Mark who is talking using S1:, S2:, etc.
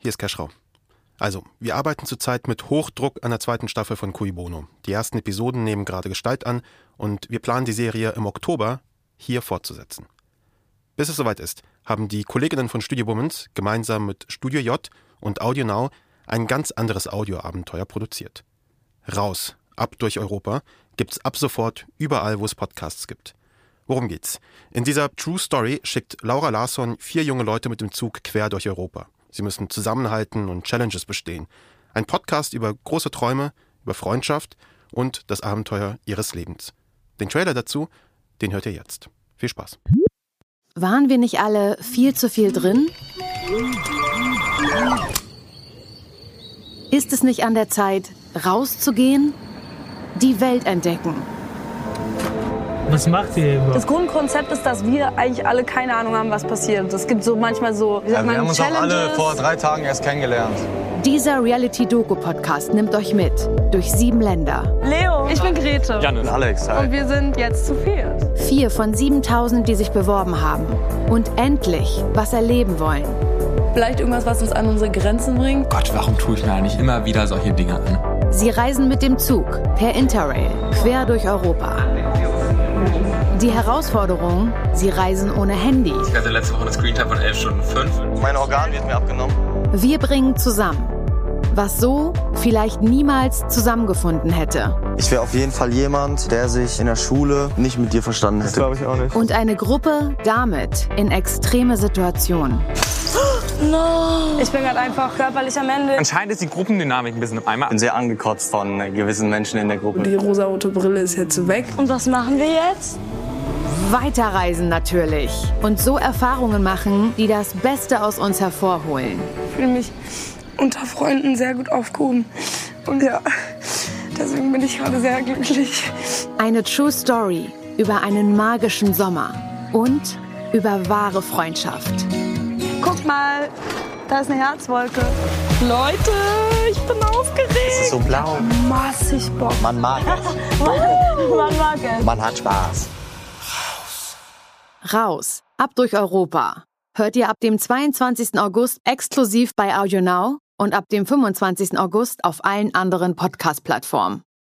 S1: Hier ist Keschrau. Also, wir arbeiten zurzeit mit Hochdruck an der zweiten Staffel von Cui Bono. Die ersten Episoden nehmen gerade Gestalt an und wir planen die Serie im Oktober hier fortzusetzen. Bis es soweit ist, haben die Kolleginnen von Studio Bummens gemeinsam mit Studio J und Audio Now ein ganz anderes Audioabenteuer produziert. Raus, ab durch Europa gibt's ab sofort überall, wo es Podcasts gibt. Worum geht's? In dieser True Story schickt Laura Larsson vier junge Leute mit dem Zug quer durch Europa. Sie müssen zusammenhalten und Challenges bestehen. Ein Podcast über große Träume, über Freundschaft und das Abenteuer ihres Lebens. Den Trailer dazu, den hört ihr jetzt. Viel Spaß.
S2: Waren wir nicht alle viel zu viel drin? Ist es nicht an der Zeit, rauszugehen? Die Welt entdecken.
S3: Was macht ihr überhaupt?
S4: Das Grundkonzept ist, dass wir eigentlich alle keine Ahnung haben, was passiert. Es gibt so manchmal so, wie sagt
S5: Ja, Also wir
S4: man,
S5: haben uns auch
S4: Challenges.
S5: alle vor drei Tagen erst kennengelernt.
S2: Dieser Reality-Doku-Podcast nimmt euch mit durch sieben Länder.
S4: Leo, ich bin Grete.
S5: Und Alex,
S4: Und
S5: hi.
S4: wir sind jetzt zu viert.
S2: Vier von 7000, die sich beworben haben. Und endlich was erleben wollen.
S4: Vielleicht irgendwas, was uns an unsere Grenzen bringt.
S6: Gott, warum tue ich mir eigentlich immer wieder solche Dinge an?
S2: Sie reisen mit dem Zug per Interrail quer durch Europa. Die Herausforderung, sie reisen ohne Handy.
S6: Ich hatte letzte Woche eine Screentime von 11 Stunden 5.
S5: Mein Organ wird mir abgenommen.
S2: Wir bringen zusammen, was so vielleicht niemals zusammengefunden hätte.
S7: Ich wäre auf jeden Fall jemand, der sich in der Schule nicht mit dir verstanden hätte.
S5: ich auch nicht.
S2: Und eine Gruppe damit in extreme Situationen.
S4: Ich bin gerade einfach körperlich am Ende.
S6: Anscheinend ist die Gruppendynamik ein bisschen im Eimer.
S7: bin sehr angekotzt von äh, gewissen Menschen in der Gruppe.
S8: Die rosarote Brille ist jetzt weg.
S4: Und was machen wir jetzt?
S2: Weiterreisen natürlich und so Erfahrungen machen, die das Beste aus uns hervorholen.
S8: Ich fühle mich unter Freunden sehr gut aufgehoben. Und ja, deswegen bin ich gerade sehr glücklich.
S2: Eine True Story über einen magischen Sommer und über wahre Freundschaft.
S4: Guck mal, da ist eine Herzwolke. Leute, ich bin aufgeregt.
S7: So blau.
S4: Massig Bock.
S7: Man mag es.
S4: Man mag es.
S7: Man hat Spaß.
S2: Raus, ab durch Europa. Hört ihr ab dem 22. August exklusiv bei AudioNow und ab dem 25. August auf allen anderen Podcast-Plattformen.